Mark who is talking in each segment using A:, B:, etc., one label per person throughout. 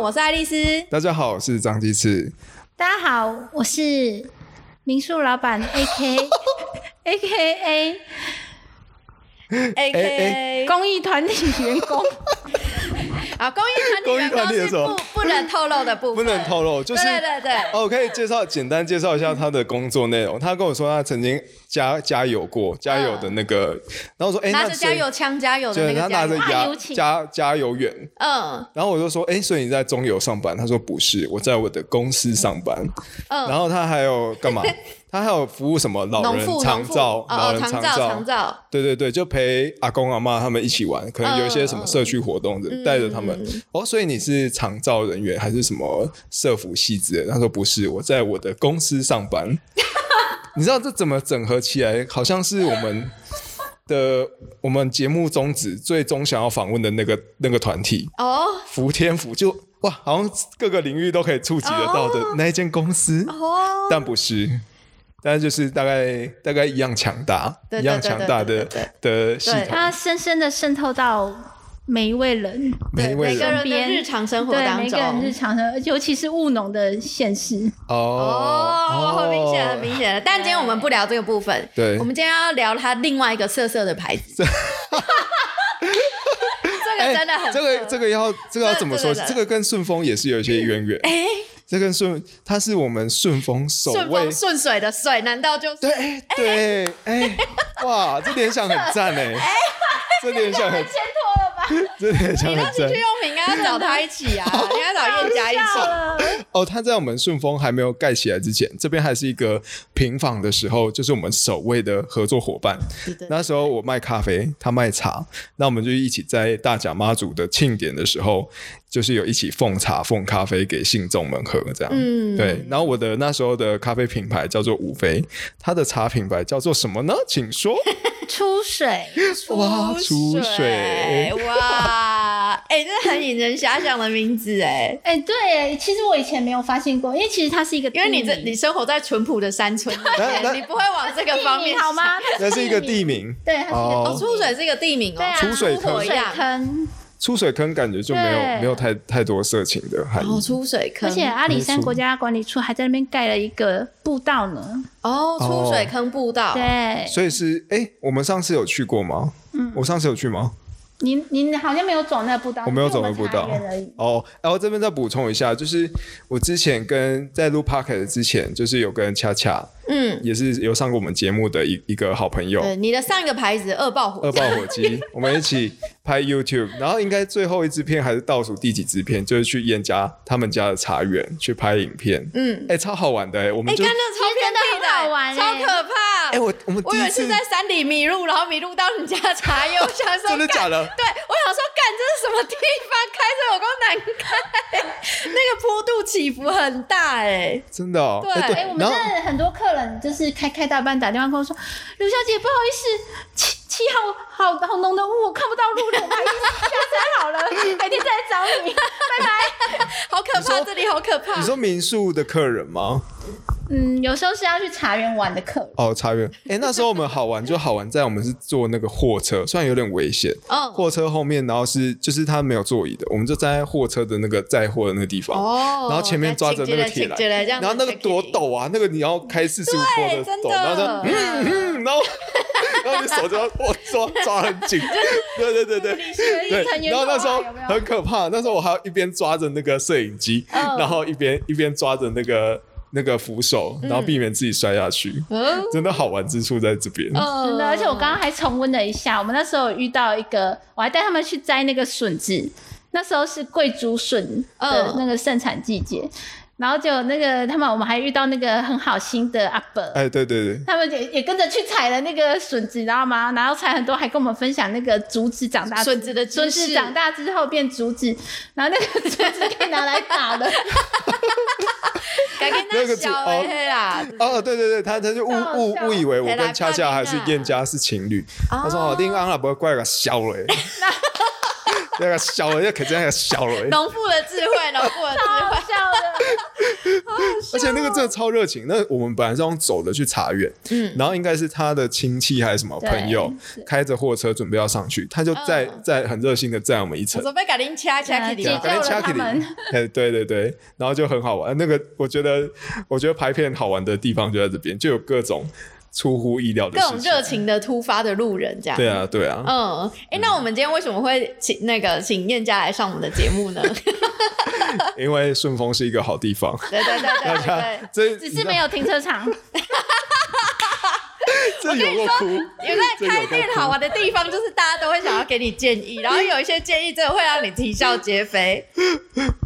A: 我是爱丽丝。
B: 大家好，我是张鸡翅。
C: 大家好，我是民宿 老板 A K A K
A: A K
C: 公益团体员 工，
A: 啊，公益团体
B: 公益
A: 员
B: 团
A: 工
B: 体的
A: 是
B: 时候
A: 不不能透露的部分，
B: 不能透露就是
A: 对对对对，
B: 哦，我可以介绍简单介绍一下他的工作内容。他跟我说他曾经加加油过加油的那个，然后我说哎，
A: 啊拿
B: 那
A: 着加
B: 谁？
A: 油枪加油的
B: 对，
A: 那
B: 他
A: 个加油，
B: 拿着
C: 加
B: 加
C: 油器
B: 加加油员，
A: 嗯
B: 然后我就说，哎、所以你在中油上班？他说不是，我在我的公司上班。
A: 嗯
B: 然后他还有干嘛？他还有服务什么老
A: 农
B: 人
A: 妇
B: 长
A: 农妇
B: 照
A: 哦、
B: 老
A: 哦
B: 人
A: 长
B: 照、
A: 长照，
B: 对对对，就陪阿公阿妈他们一起玩，可能有一些什么社区活动的，带着他们。哦，所以你是长照人员还是什么社服系之类的？他说不是，我在我的公司上班。你知道这怎么整合起来？好像是我们的我们节目宗旨最终想要访问的那个那个团体。
A: 哦
B: 福天福就哇，好像各个领域都可以触及得到的那一间公司，
A: 哦，
B: 但不是，但是就是大概大概一样强大，
A: 对对
B: 一样强大
A: 对
B: 的
A: 对
B: 的系统，
C: 它深深的渗透到每一位人，
B: 每一位
A: 每个
B: 人
A: 人的日常生活
C: 对
A: 当
C: 每个人
A: 中。
C: 日常的，尤其是务农的 现实。
A: 哦，很明显，很明显的。但今天我们不聊这个部分，
B: 哦对
A: 我们今天要聊它另外一个色色的牌子。这个
B: 哎
A: 真的很
B: 这个这个要这个要怎么说？
A: 这个
B: 这个跟顺丰也是有一些渊源。哎，这跟顺它是我们顺丰首
A: 顺
B: 位
A: 风，顺水的水，难道就是
B: 对哎对，哎，哇，这联想很赞哎，这联想很，
A: 牵拖了吧？
B: 这联想
A: 你
B: 很
A: 那情
B: 赞
A: 趣。用品应该要找他一起 啊，应该找燕家一起。
B: 哦，它在我们顺丰还没有盖起来之前，这边还是一个平房的时候，就是我们首位的合作伙伴。那时候我卖咖啡，他卖茶，那我们就一起在大甲妈祖的庆典的时候，就是有一起奉茶奉咖啡给信众们喝，这样。
A: 嗯
B: 对。然后我的那时候的咖啡品牌叫做五妃，它的茶品牌叫做什么呢？请说。
C: 出水，
B: 哇哦出水
A: 哇！哎、这很引人遐想的名字哎，
C: 哎、对耶，其实我以前没有发现过，因为其实它是一个地
A: 因为
C: 名，
A: 你这你生活在淳朴的山村里
B: 嗯那那
A: 面，你不会往这个
C: 地
A: 方面
C: 名好
A: 想？
C: 吗？它
B: 那是一个地名，
C: 对，它是一个、
B: 哦
A: 哦，出水是一个地名哦，
C: 对啊，
B: 出水坑嗯
A: 火
C: 出
A: 一
C: 水
A: 样。
C: 坑，
B: 出水坑感觉就没有
C: 对
B: 没有太太多色情的含
A: 哦，
B: 义。
A: 出水坑，
C: 而且阿里山
B: 没错
C: 国家管理处还在那边盖了一个步道呢。
A: 哦，出水坑步道，
C: 对，
B: 啊所以是哎、我们上次有去过吗？嗯，我上次有去吗？
C: 您您好像没有走那个步道，
B: 我没有
C: 就是
B: 走那
C: 们
B: 步道
C: 茶园而已。
B: 哦，然后这边再补充一下，就是我之前跟在录 p o c k e t 之前，就是有跟恰恰
A: 嗯，
B: 也是有上过我们节目的一一个好朋友
A: 对，你的上一个牌子恶爆
B: 恶
A: 火，
B: 哦爆火鸡，我们一起拍 YouTube，然后应该最后一支片还是倒数第几支片，就是去燕家他们家的茶园去拍影片，
A: 嗯，
B: 哎、超好玩的、哎，我们
A: 哎、
B: 就
A: 真
B: 哎、
A: 的超偏僻
C: 其实真的很好玩
A: 超
C: 哎
A: 可怕，
B: 我我们
A: 我
B: 第
A: 有
B: 一
A: 一
B: 次
A: 次在山里迷路，然后迷路到你家 茶园，我想说
B: 真的假的
A: 干对，我想说干这是什么地方？开着有够难开， 那个坡度起伏很大哎、
B: 真的哦、
A: 对
B: 哎
C: 哎、我们
B: 然后
C: 真的很多客人就是开开大半打电话跟我说，刘小姐不好意思，七七号好好浓的雾，我看不到路了，我还是下 山好了，改天再来找你，拜拜。
A: 好可怕，这里好可怕
B: 你。说民宿的客人吗？
C: 嗯，有时候是要去茶园玩的客人，
B: 哦，茶园。哎、那时候我们好玩就好玩在我们是坐那个货车，虽然有点危险，
A: 嗯
B: 货车后面，然后是就是它没有座椅的，我们就站在货车的那个载货的那个地方，
A: 哦
B: 然后前面抓着那个铁
A: 这
B: 栏，
A: 样
B: 然后那个多，陡啊，那个你要开四十五坡
A: 对，
B: 的
A: 真
B: 陡，然后
A: 的
B: 说， 嗯，然后然后你手就要我抓抓很紧，对对对对。对，然后那时
A: 啊
B: 候很可怕，那时候我还要一边抓着那个摄影机，
C: 嗯
B: 然后一边一边抓着那个那个扶手，然后避免自己摔下去。
A: 嗯
B: 真的好玩之处在这边。
A: 嗯
C: 真的，而且我刚刚还重温了一下，我们那时候有遇到一个，我还带他们去摘那个笋子，那时候是贵竹笋的
A: 嗯
C: 那个盛产季节，然后就那个他们我们还遇到那个很好心的阿伯。
B: 哎，对对对，
C: 他们也也跟着去采了那个笋子，你知道吗？然后采很多，还跟我们分享那个竹子长大，
A: 笋子的知识
C: 笋子长大之后变竹子，然后那个竹子可以拿来打 的。
A: 赶紧
B: 那个
A: 那
B: 字
A: 小
B: 哦
A: 黑啦，
B: 哦，对对对，他他就误
C: 太好
B: 误
C: 笑
B: 误以为我
A: 哎来
B: 跟恰恰
A: 帕
B: 还
A: 丽
B: 是
A: 娜
B: 燕家是情侣，他说哦，另外阿伯怪个小了欸，那个小了，要可真那个小了欸。
A: 农夫的智慧，农夫的智
C: 好
A: 慧
C: 笑的，
B: 而且那个真的超热情。那我们本来是用走的去茶园，
A: 嗯
B: 然后应该是他的亲戚还是什么
C: 对
B: 朋友开着货车准备要上去，他就在
A: 嗯
B: 在很热心的载我们一
A: 我
B: 程。
A: 说被赶紧掐掐起
C: 对
B: 对
A: 来
B: 啊
C: 解，救了他们
B: 哎， 对对对，然后就很好玩。那个我觉得，我觉得拍片好玩的地方就在这边，就有各种出乎意料的
A: 各
B: 事
A: 种
B: 情
A: 热。情的突发的路人这样。
B: 啊对啊，对啊，
A: 嗯，哎、那我们今天为什么会请那个请燕家来上我们的节目呢？ 对
B: 因为顺丰是一个好地 方。
A: 对对
B: 大
A: 对
B: 家
A: 啊对，
B: 这
C: 只是没有停车场，
B: 这有过哭，
A: 有在开店好玩的地方，就是大家都会想要给你建议，然后有一些建议真的会让你啼笑皆非。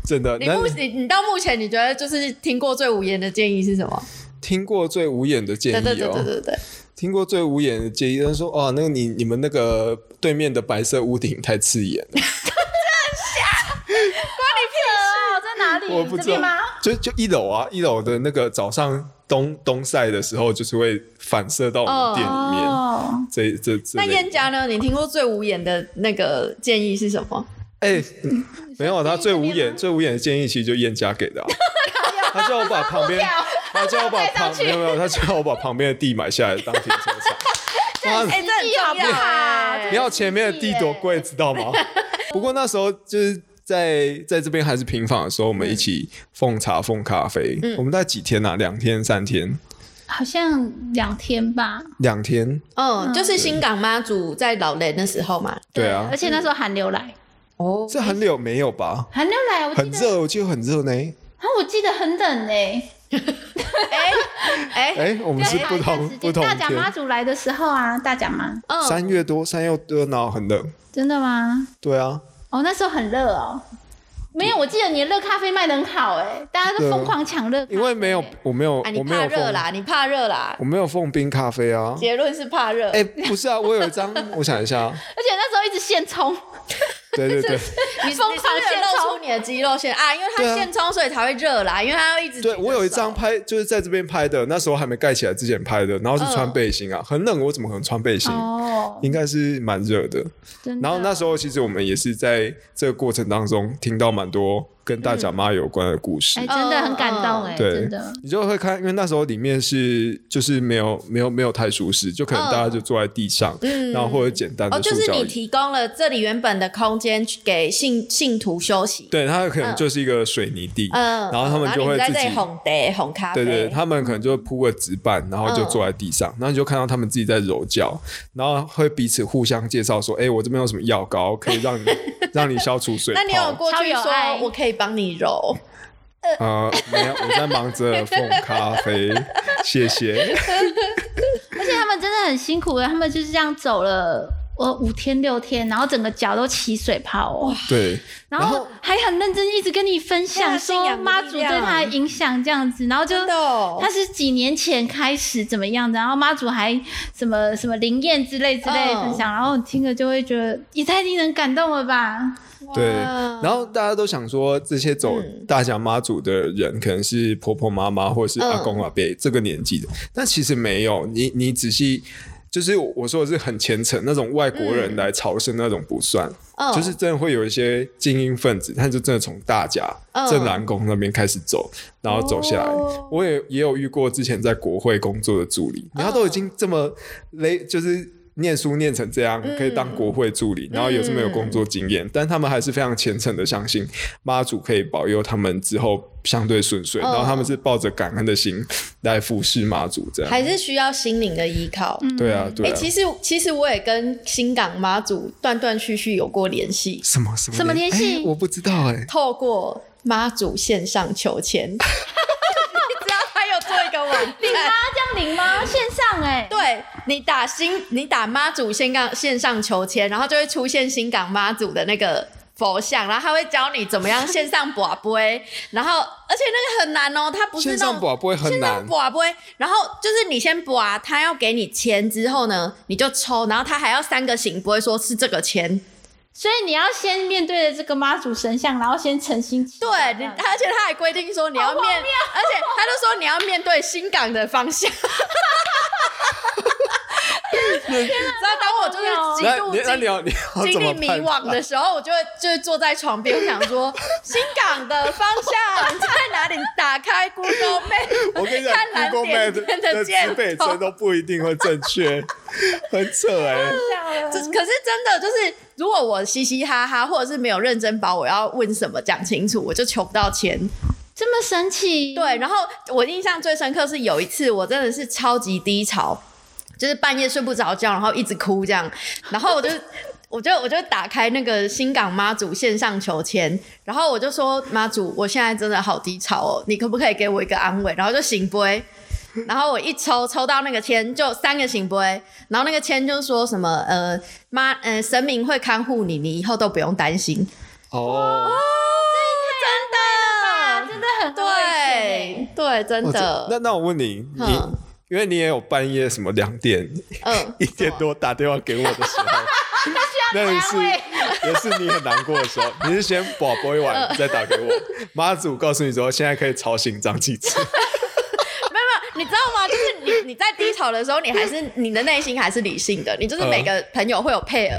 B: 真的。
A: 你
B: 那
A: 目你你到目前你觉得就是听过最无言的建议是什么？
B: 听过最无眼的建
A: 对对
B: 议
A: 对对
B: 哦，
A: 对对，
B: 听过最无眼的建议，他说：“哦，那个你你们那个对面的白色屋顶太刺眼了。
C: 哦，在哪”里？
B: 我不
C: 这
B: 知
C: 边吗
B: 道？，就就一楼啊，一楼的那个早上东东晒的时候，就是会反射到我们店里面。
C: 哦，
B: 这这这
A: 那
B: 类的
A: 燕家呢？你听过最无言的那个建议是什么？
B: 哎、
C: 嗯
B: 没有啊，他最无
C: 这边
B: 眼
C: 吗
B: 最无眼的建议其实就燕家给 的、啊，他叫我把旁边，他叫我把
C: 上
B: 旁
C: 去
B: 没有没有，他叫我把旁边的地买下来当停车 场。
A: 哎、
B: 哇，
A: 这很重要
C: 好不
A: 哎、
C: 好
B: 你要前面的地多贵，知道吗？ 不过那时候就是在在这边还是平房的时候，我们一起
C: 嗯
B: 奉茶奉咖啡，我们大概几天啊？两天三天？
C: 好像两天吧。
B: 两天？
A: 嗯，就是新港妈祖在老雷的时候嘛。
B: 对啊
C: 而，且那时候寒流来，
A: 哦，
B: 这很久没有吧？
C: 寒流来，我记
B: 很
C: 得，
B: 热，我记得很热呢。
C: 啊，我记得很冷欸诶。
A: 哎哎、
B: 哎、我们是不
C: 还有啊
B: 同不
C: 一段时间
B: 同
C: 大甲妈
B: 天。
C: 祖来的时候啊，大甲妈，
A: 嗯，
B: 三月多，三月多，然后很冷。
C: 真的吗？
B: 对啊，
C: 哦，那时候很热哦。没有，我记得你的热咖啡卖的很好诶，大家都疯狂抢热咖啡，啊
B: 因为没有，我没有，
A: 哎、
B: 我
A: 你
B: 没
A: 怕
B: 有
A: 热
B: 奉，
A: 啦，你怕热啦。
B: 我没有奉冰咖啡啊。
A: 结论是怕热。
B: 哎、不是啊，我有一 张，我想一下，啊
C: 而且那时候一直现充，
B: 对对对，
A: 你
C: 疯
A: 疯狂
C: 狂
A: 现
C: 现
A: 露
C: 充
A: 出你的肌肉线啊，因为
B: 对
A: 它
B: 啊
A: 现充，所以才会热啦，因为它要一直
B: 对
A: 举着
B: 我有一
A: 手
B: 张拍，就是在这边拍的，那时候还没盖起来之前拍的，然后是穿
A: 嗯
B: 背心啊，很冷，我怎么可能穿背心？
C: 哦，
B: 应该是蛮热的。
C: 真的
B: 然后那时候其实我们也是在这个过程当中听到蛮多跟大甲妈有关的故事。
C: 哎，真的很感动哎，
B: 对
C: 真的，
B: 你就会看，因为那时候里面是就是没有没有没有太舒适，就可能大家就坐在地上，然后或者简单
A: 嗯
B: 的
A: 哦，就
B: 塑
A: 是
B: 胶
A: 你
B: 椅
A: 提供了这里原本的空间去给信信徒休息。
B: 对，它可能就是一个水泥地，
A: 嗯，
B: 然后他们就会
A: 然后你在
B: 自
A: 这里
B: 己，
A: 哄得哄咖啡，嗯
B: 对对，他们可能就铺个纸板，然后就坐在地上，然后你就看到他们自己在揉脚，然后会彼此互相介绍说，哎，我这边有什么药膏可以让 你让你消除水泡
A: 那。你有过
C: 超
A: 去
C: 有
A: 说
C: 爱
A: 我可以帮你揉？
B: 呃，没有，我在忙着奉咖啡，谢 谢。
C: 而且他们真的很辛苦的，他们就是这样走了。我五天六天，然后整个脚都起水泡哦，
B: 对，然
C: 然后
B: 后
C: 还很认真，一直跟你分
A: 对啊
C: 享
A: 信
C: 说
A: 仰的
C: 妈
A: 力
C: 祖对
A: 量
C: 他的影响这样子，然后就
A: 真的哦
C: 他是几年前开始怎么样的，然后妈祖还什么什么灵验之类之类的
A: 嗯
C: 分享，然后你听了就会觉得也太令人感动了吧？
B: 对，
A: 哇
B: 然后大家都想说，这些走
A: 嗯
B: 大甲妈祖的人，可能是婆婆妈妈或者是阿
A: 嗯
B: 公阿伯这个年纪的，但其实没有。你你仔细，就是我说的是很虔诚那种外国人来朝圣那种不算，
A: 嗯
B: 就是真的会有一些精英分子，他就真的从大甲
A: 嗯
B: 正南宫那边开始走，然后走下来。
A: 哦
B: 我也也有遇过之前在国会工作的助理，然后都已经这么累，就是。念书念成这样，
A: 嗯
B: 可以当国会助理，然后也是没有工作经验，但他们还是非常虔诚的相信妈祖可以保佑他们之后相对顺遂，
A: 嗯
B: 然后他们是抱着感恩的心来服侍妈祖，这样。
A: 还是需要心灵的依靠。
B: 对啊，对
A: 哎，
B: 啊。
A: 其实其实我也跟新港妈祖断断续续有过联系，
B: 什么什么
C: 什么
B: 联
C: 联系
B: 哎我不知道哎、
A: 透过妈祖线上求签， 你知道他有做一个网
C: 领吗
A: 站。？
C: 啊这样领吗？线上
A: 哎
C: 哎、
A: 对你打新，你打妈祖线港线上求签，然后就会出现新港妈祖的那个佛像，然后他会教你怎么样线上卜龟，然后而且那个很难哦，它不是
B: 线
A: 那
B: 上
A: 种。
B: 宝不会很
A: 线上
B: 难，
A: 卜龟，然后就是你先卜，他要给你签之后呢，你就抽，然后他还要三个行，不会说是这个签，
C: 所以你要先面对着这个妈祖神像，然后先诚心祈
A: 对
C: 祷这
A: 你，
C: 样
A: 而且他还规定说你要面，而且他就说你要面对新港 的方向。所以当我就是一
B: 那
A: 度
B: 哎你那
A: 经
B: 你要你要
A: 经
B: 怎
A: 历
B: 么
A: 迷
B: 判
A: 惘的时候，我就会就会坐在床边，我想说新港的方向在哪里？打开 Google Map，
B: 我跟你
A: 看
B: 讲
A: 蓝
B: ，Google
A: 点
B: Map
A: 变成
B: 的
A: 箭
B: 指北
A: 头
B: 针都不一定会正确，很扯 哎、
A: 这可是真的就是，如果我嘻嘻哈哈，或者是没有认真把我要问什么讲清楚，我就求不到钱。
C: 这么神奇，
A: 对，然后我印象最深刻是有一次，我真的是超级低潮，就是半夜睡不着觉，然后一直哭这样，然后我就。我就我就打开那个新港妈祖线上求签，然后我就说妈祖，我现在真的好低潮哦，你可不可以给我一个安慰？然后就醒杯，然后我一抽抽到那个签就三个醒杯，然后那个签就说什么呃妈呃神明会看护你，你以后都不用担心。
B: 哦，
A: 真
C: 啊，真的很危险欸
A: 对对，真
B: 我这
A: 的。
B: 那那我问你，你、
A: 嗯
B: 因为你也有半夜什么两点、，
A: 嗯
B: 一点多打电话给我的 时候，那也是也是你很难过的时候，你是先宝宝一
A: 嗯
B: 晚再打给我，妈祖告诉你说现在可以吵醒张继子，
A: 没有没有， 你知道吗？就是你你在低潮的时候，你还是你的内心还是理性的，你就是
B: 嗯
A: 每个朋友会有配额，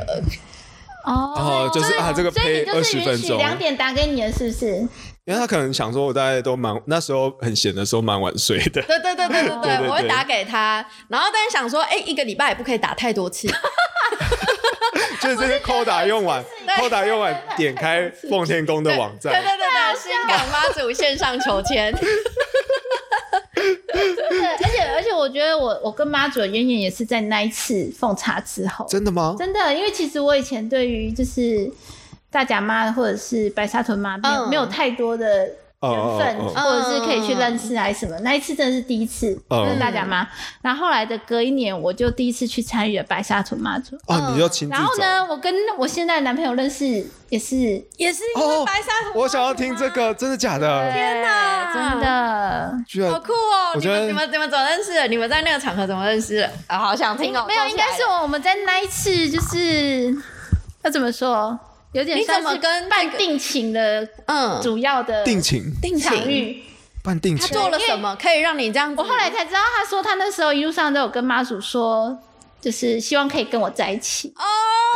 C: 哦
B: 哦就是啊这个
C: 所以你
B: 配
C: 就
B: 20
C: 是允
B: 分
C: 许
B: 钟
C: 两点打给你的，是不是？
B: 因为他可能想说我大概都蛮那时候很闲的时候蛮晚睡的，
A: 对对对对对
B: 对对
A: 我会打给他，然后但是想说，哎、一个礼拜也不可以打太多次，
B: 就是这些扣打用完
A: 对，
B: 扣打用完点开奉天宫的网
A: 对对
B: 站，
A: 对对，新港妈祖线上求签，
C: 对，而且而且我觉得我我跟妈祖的渊源也是在那一次奉茶之后，
B: 真的吗？
C: 真的，因为其实我以前对于就是大甲妈或者是白沙屯妈没有、
A: 嗯
C: 没有太多的
B: 哦
C: 缘分，
B: 哦哦
A: 哦
C: 或者是可以去认识还是什么。那一次真的是第一次，
B: 嗯
C: 就是大甲妈。然后后来的隔一年，我就第一次去参与了白沙屯妈祖。
A: 嗯
B: 哦，你就亲自
C: 然后
B: 走。
C: 呢，我跟我现在的男朋友认识 也是
A: 也是因为
B: 哦
A: 白沙屯
B: 我想要听这个，真的假的？
A: 天哪
C: 真的。
B: 居
A: 好
B: 然
A: 酷哦！
B: 我
A: 你
B: 觉得
A: 们你们你们怎么认识的？你们在那个场合怎么认识的？啊，好想听哦！
C: 没有，
A: 跳
C: 应
A: 起来
C: 该是我们在那一次就是要怎么说，有点
A: 你
C: 像
A: 怎么
C: 是
A: 跟那
C: 半
A: 个
C: 定情的
A: 嗯
C: 主要的
B: 定情
A: 定
C: 场
A: 情，
C: 域。
B: 办定
A: 他
B: 情，
A: 做了什么可以让你这样子？
C: 我后来才知道，他说他那时候一路上都有跟妈祖说，就是希望可以跟我在一起，
A: 哦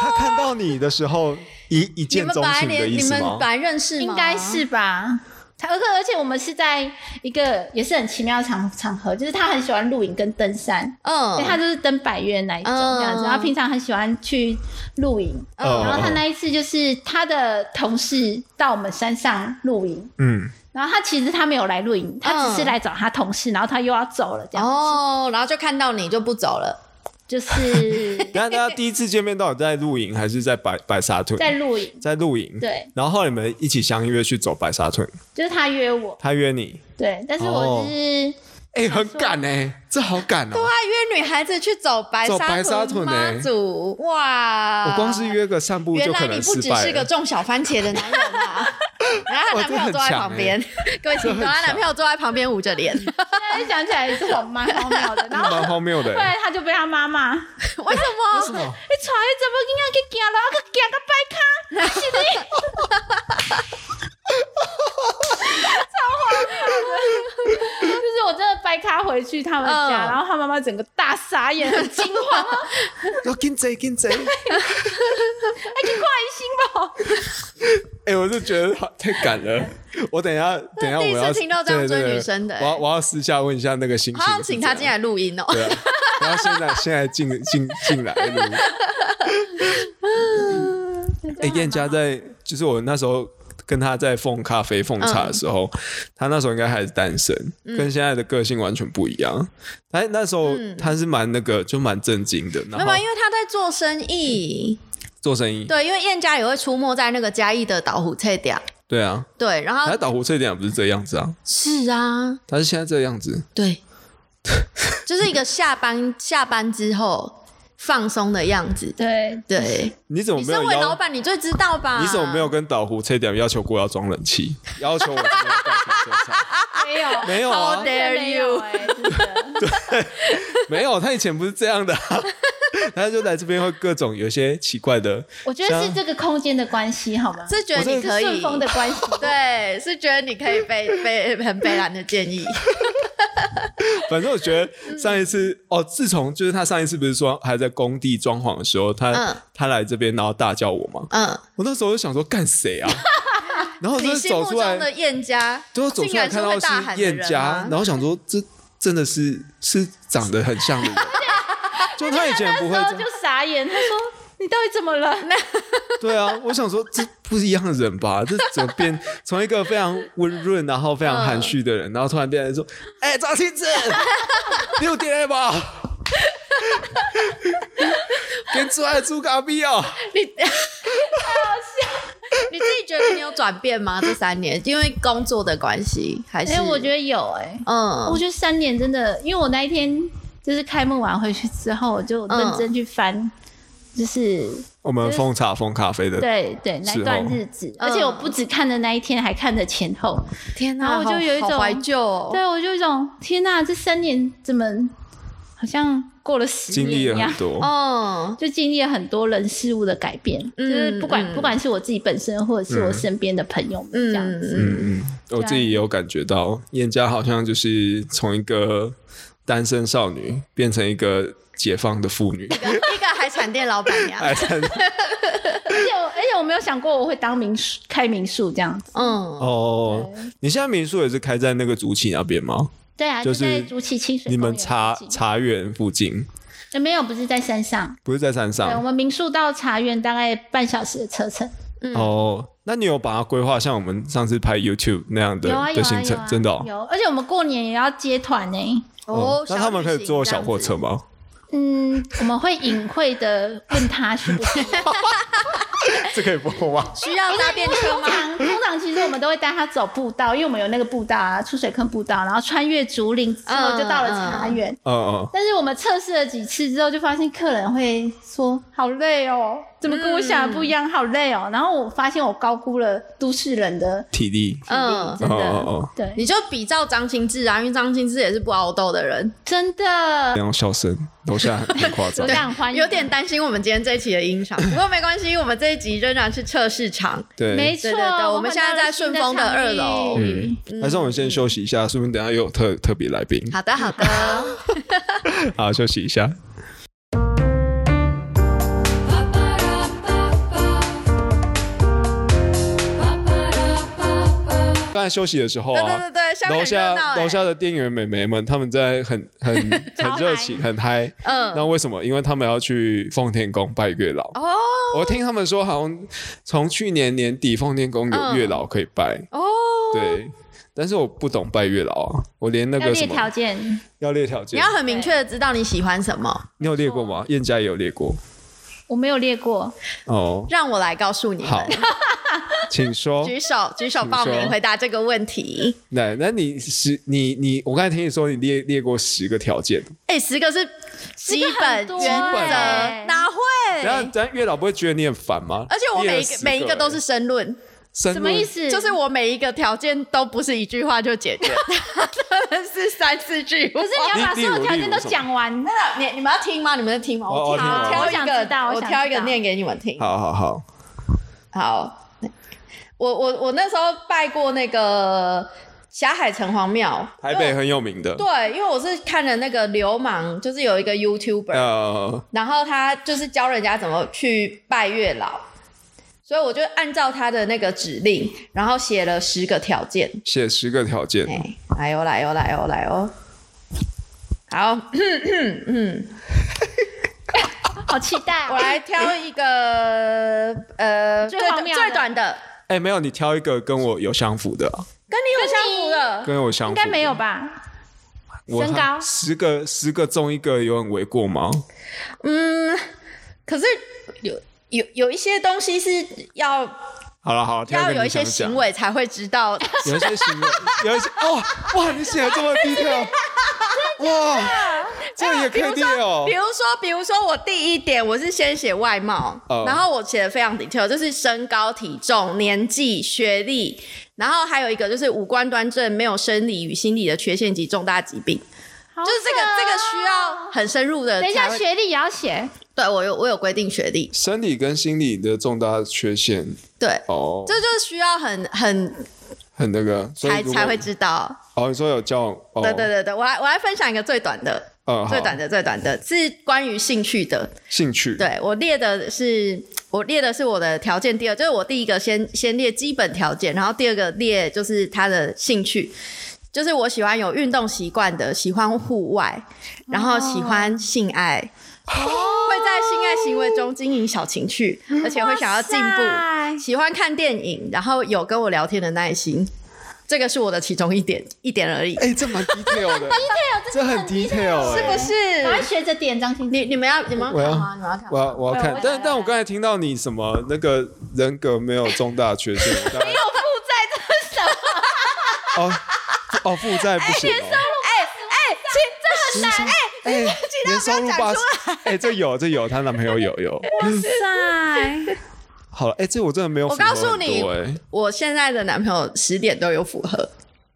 B: 他看到你的时候一一
A: 你
B: 见
A: 们
B: 钟
A: 本来
B: 情的
A: 连
B: 意
A: 你
B: 思
A: 们
B: 吗
A: 本？来认识吗？
C: 应该是吧？他而且而且我们是在一个也是很奇妙的场场合，就是他很喜欢露营跟登山。因
A: 嗯
C: 为，他就是登百越那一种
A: 嗯
C: 这样子，然后平常很喜欢去露营，
A: 哦
B: 嗯
C: 然后他那一次就是他的同事到我们山上露营，
B: 嗯，
C: 然后他其实他没有来露营，他只是
A: 嗯
C: 来找他同事，然后他又要走了，这样、
A: 哦，然后就看到你就不走了。
C: 就是
B: 然后大家第一次见面到底在露营还是在白白沙屯？
C: 在 露营，
B: 在露营。
C: 对，
B: 然后后来你们一起相约去走白沙屯，
C: 就是他约我，
B: 他约你，
C: 对，但是我就
A: 哦
C: 是、
B: 哎、很赶哎、这好赶哦、
A: 哇，约女孩子去走白
B: 走
A: 沙
B: 白沙
A: 屯
B: 屯
A: 妈
B: 欸
A: 祖，哇！
B: 我光是约个散步
A: 啊原
B: 就可
A: 来你
B: 能
A: 不
B: 失
A: 只
B: 败
A: 是个
B: 了。
A: 种小番茄的男人 嘛，然后她
B: 哇
A: 男朋友
B: 这很
A: 坐在
B: 强欸
A: 旁边，各位请懂，
B: 这很
A: 她男
B: 强
A: 朋友坐在旁边捂着 脸，
C: 现在想起来也是我蛮荒谬 的，然后
B: 蛮荒谬的、欸
C: 后来他就被他妈妈，
A: 为
C: 你
A: 什么？
B: 什 么？
C: 带你怎么这样去行路，还去行到拜卡？是你。超荒谬的就是我真的掰咖回去他们家，
A: 嗯
C: 然后他妈妈整个大傻眼，很惊慌，
B: 要跟贼跟贼！
C: 还去跨一心吧。
B: 哎、我是觉得好太赶了。我等一下，等一下
A: 第一
B: 我
A: 次
B: 要
A: 听到这样
B: 对对
A: 追女
B: 对
A: 生的欸
B: 我要我要私下问一下那个心情。
A: 好想请她进来。录音哦。
B: 对啊，然后现在现在进进进来录。 哎、欸，燕家在就是我那时候跟他在奉咖啡、奉茶
A: 嗯
B: 的时候，他那时候应该还是单身，跟现在的个性完全不一样。他那时候他是蛮那个，就蛮震惊的，
A: 嗯没
B: 然
A: 有，
B: 后
A: 因为她在做生意，
B: 做生意，
A: 对，因为燕家也会出没在那个嘉义的岛湖菜店，
B: 对啊，
A: 对，然
B: 他
A: 后
B: 岛湖这一点也不是这样子啊，
A: 是啊，
B: 他是现在这样子，
A: 对，就是一个下班下班之后放松的样子。
C: 对，
A: 对，
B: 你怎么
A: 你
B: 没有
A: 身为老
B: 要？
A: 板，你啊最知道吧？
B: 你怎么没有？跟岛湖这一点要求过要装冷气？ 要求我怎么样干成 这样
C: 没
B: 没
C: 有，
B: 有啊
A: How dare
C: 没有
A: you！
C: 哎、真的。
B: 没有，他以前不是这样的、啊， 他就来这边会各种有些奇怪的，
C: 我觉得是这个空间的关系，好吗？
A: 是觉得你
C: 是
A: 可
C: 顺
A: 以，
C: 风的关系。
A: 对，是觉得你可以被被很北蓝的建议。
B: 反正我觉得
A: 嗯
B: 上一次哦，自从就是他上一次不是说还在工地装潢的时候，他、
A: 嗯
B: 他来这边然后大叫我嘛，
A: 嗯，
B: 我那时候就想说干谁 啊？然后我
A: 你
B: 就
A: 心
B: 走
A: 目
B: 出
A: 中
B: 来，
A: 的燕家，
B: 对啊我走出来看到
A: 竟然是会大喊的
B: 燕
A: 人
B: 家
A: 啊，
B: 然后想说这真的是是长得很像 的人，就他以前不会
C: 然
B: 这样
C: 后就，傻眼，他说：“你到底怎么了？”
B: 对啊，我想说这不是一样的人吧？这怎么变从一个非常温润然后非常
A: 嗯
B: 含蓄的人，然后突然变成说，哎，张庆志，你有点 爱吧？跟出来猪咖啡哦，
A: 你 你自己觉得你有转变吗？这三年因为工作的关系，还是
C: 哎、我觉得有哎、
A: 嗯
C: 我觉得三年真的，因为我那一天就是开幕晚回去之后，我就认真去翻，就是
B: 我们封茶封咖啡的，
C: 对对那
B: 是哦
C: 段日子，
A: 嗯
C: 而且我不只看了那一天，还看了前后，
A: 天哪，
C: 然后我就
A: 好
C: 有一
A: 好
C: 种
A: 怀旧哦，
C: 对我就有一种天哪、这三年怎么好像过了十
B: 经历
C: 年一
B: 了
C: 样
B: 很。多，
A: 嗯
C: 就经历了很多人事物的改变，
A: 嗯
C: 就是不管、
A: 嗯
C: 不管是我自己本身，或者是
B: 嗯
C: 我身边的朋友们这样子，
A: 嗯嗯，
B: 嗯，嗯，我自己也有感觉到，燕佳好像就是从一个单身少女变成一个解放的妇 女。
A: 一个海产店老板娘，
B: 哎，真的
C: 而且我而且我没有想过我会当民宿开民宿这样子，
A: 嗯，
B: 哦，你现在民宿也是开在那个竹崎那边吗？
C: 对啊，
B: 就
C: 就是在竹崎清水
B: 你
C: 公
B: 们
C: 园
B: 茶
C: 附近
B: 茶园附近，
C: 呃没有，不是在山上。
B: 不是在山
C: 对，我
B: 上
C: 们民宿到茶园大概半小时的车程。
B: 哦？那你有把它规划像我们上次拍 YouTube 那样的
C: 有啊有
B: 的
C: 啊
B: 行
C: 有
B: 程
C: 啊，，
B: 真的哦？
C: 有，而且我们过年也要接团呢。
A: 哦，
B: 那他们可以坐小货车
A: 吗？
B: 吗？
C: 嗯，我们会隐晦的问他需不需要。
B: 这可以播 吗？
A: 需要搭便车
C: 通
A: 吗？
C: 常通常其实我们都会带他走步道，因为我们有那个步道啊，出水坑步道，然后穿越竹林之后就到了茶园。
B: 嗯嗯，
C: 但是我们测试了几次之后，就发现客人会说好累哦，怎么跟我想的不一样，好累
B: 嗯
C: 哦。然后我发现我高估了都市人的
B: 体力，
A: 嗯，
C: 真的，
B: 哦哦哦
C: 对，
A: 你就比照张清志啊，因为张清志也是不熬斗的人，
C: 真的
B: 那种笑声，楼下很夸
C: 有
B: 张。
C: 点欢迎，
A: 有点担心我们今天这一期的音场，不过没关系，我们这一集仍然是测试场。
B: 对，
C: 没错。
A: 对对对我们
C: 换
A: 现在
C: 到
A: 在
C: 了新
A: 顺丰的
C: 场
A: 二楼
C: 域
B: 嗯，还是我们先休息一下，说不定等一下又有特特别来宾，
A: 好的，好的，
B: 好，休息一下。刚才休息的时候
A: 对
B: 啊，
A: 对对对，像
B: 楼
A: 很热闹
B: 下
A: 欸
B: 楼下的店员美眉们，他们在很 很很热情，很嗨。
A: 嗯
B: 那为什么？因为他们要去奉天宫拜月老。
A: 哦
B: 我听他们说，好像从去年年底奉天宫有月老可以拜，
A: 哦，
B: 对。但是我不懂拜月老啊，我连那
C: 要
B: 个
C: 列
B: 什么
C: 条件，
B: 要列条
A: 你
B: 件
A: 要，很明确的知道你喜欢什么，
B: 你有列过吗？燕家也有列过
C: 我没有列过。
B: 哦。
A: 让我来告诉你
B: 好
A: 们。，
B: 请说。
A: 举手，举手报
B: 请
A: 名
B: 说
A: 回答这个问题。
B: 那那你十你你，我刚才听你说你列列过十个条件，
A: 哎，十个是基本原
C: 很多
A: 则，
C: 欸
A: 哪
B: 然后
A: 会？
B: 咱月老不会觉得你很烦吗？
A: 而且我每一
B: 列了
A: 个
B: 10
A: 每一个都是
B: 欸
A: 申论，
B: 申
C: 什么
B: 论
C: 意？思？
A: 就是我每一个条件都不是一句话就解决， 真的是三四句话。
C: 可是
B: 哦
C: 你要把所有条件都讲完。
A: 你你们要听吗？你们要听吗？
B: 哦哦听
A: 挑
B: 好
A: 挑
C: 我
A: 一
C: 想
A: 个
C: 知道我
A: 我
C: 想
A: 挑一
C: 知
A: 个
C: 道
A: 念给你们听。
B: 好好好，
A: 好，我我我那时候拜过那个霞海城隍庙，
B: 台北很有名的，
A: 对，因为我是看了那个流氓，就是有一个 YouTuber，、
B: 呃，
A: 然后他就是教人家怎么去拜月老，所以我就按照他的那个指令，然后写了十个条件。
B: 写十个条件，
A: 哎，来哦，来哦，来哦，来哦。 好，
C: 好期待
A: 我
C: 哦。
A: 来挑一个呃
C: 最
A: 最
C: 荒谬的
A: 最短的，
B: 哎，没有，你挑一个跟我有相符的啊，
A: 跟你有相符的。
B: 跟我相
C: 应
B: 符
C: 该没有吧？
B: 我
C: 身高
B: 十个十个中一个有很为过吗？
A: 嗯，可是有有有一些东西是要
B: 好了好了，挑
A: 要
B: 个
A: 有
B: 你
A: 一些
B: 想讲
A: 行，为才会知道，
B: 有一些行为， 有一些哦，哇，你写的这么 detail，哇，这也可以列哦
A: 比，如说，比如说我第一点我是先写外貌
B: 哦
A: 然后我写的非常 detail，就是身高、体重、年纪、学历，然后还有一个就是五官端正，没有生理与心理的缺陷及重大疾病，
C: 就
A: 就是这个这个需要很深入的才
C: 哦
A: 会。
C: 等一下，学历也要写，
A: 对我有我有规定学历，
B: 生理跟心理的重大缺陷
A: 对，
B: 哦，
A: 这就是需要很很
B: 很那个，所以
A: 才
B: 如果
A: 才会知道。
B: 哦，你说有交往，哦、
A: 对对对对，我来我来分享一个最短的，
B: 嗯好
A: 最短的最短的是关于兴趣的。
B: 兴趣，
A: 对我列的是我列的是我的条件，第二就是我第一个先先列基本条件，然后第二个列就是他的兴趣。就是我喜欢有运动习惯的，喜欢户外，然后喜
C: 哦
A: 欢性爱，会在性爱行为中经营小情趣，而且会想要进步，
C: 哇塞
A: 喜欢看电影，然后有跟我聊天的耐心，这个是我的其中一点一点而已，
B: 哎、这蛮 detail 的，这很 detail，
A: 是
B: 哎
A: 不
C: 赶快
A: 是？
C: 学着点张婷婷。
A: 你你们要你们
B: 我
A: 要
B: 要
A: 看
C: 啊，你们要看
B: 我
C: 吗？
B: 要我要
C: 对我
B: 看
C: 也，
B: 但
C: 要
B: 但我刚才听到你什么那个人格没有重大缺陷，没有负 债这是什么？哦哦，负债不行、哦。哎哎，这很难哎，年收入八十，哎，这有这有，她男朋友有有。
C: 哇塞，
B: 好了，哎，这我真的没有
A: 我
B: 符合很
A: 告
B: 多。
A: 诉你
B: 哎，
A: 我现在的男朋友十点都有符合，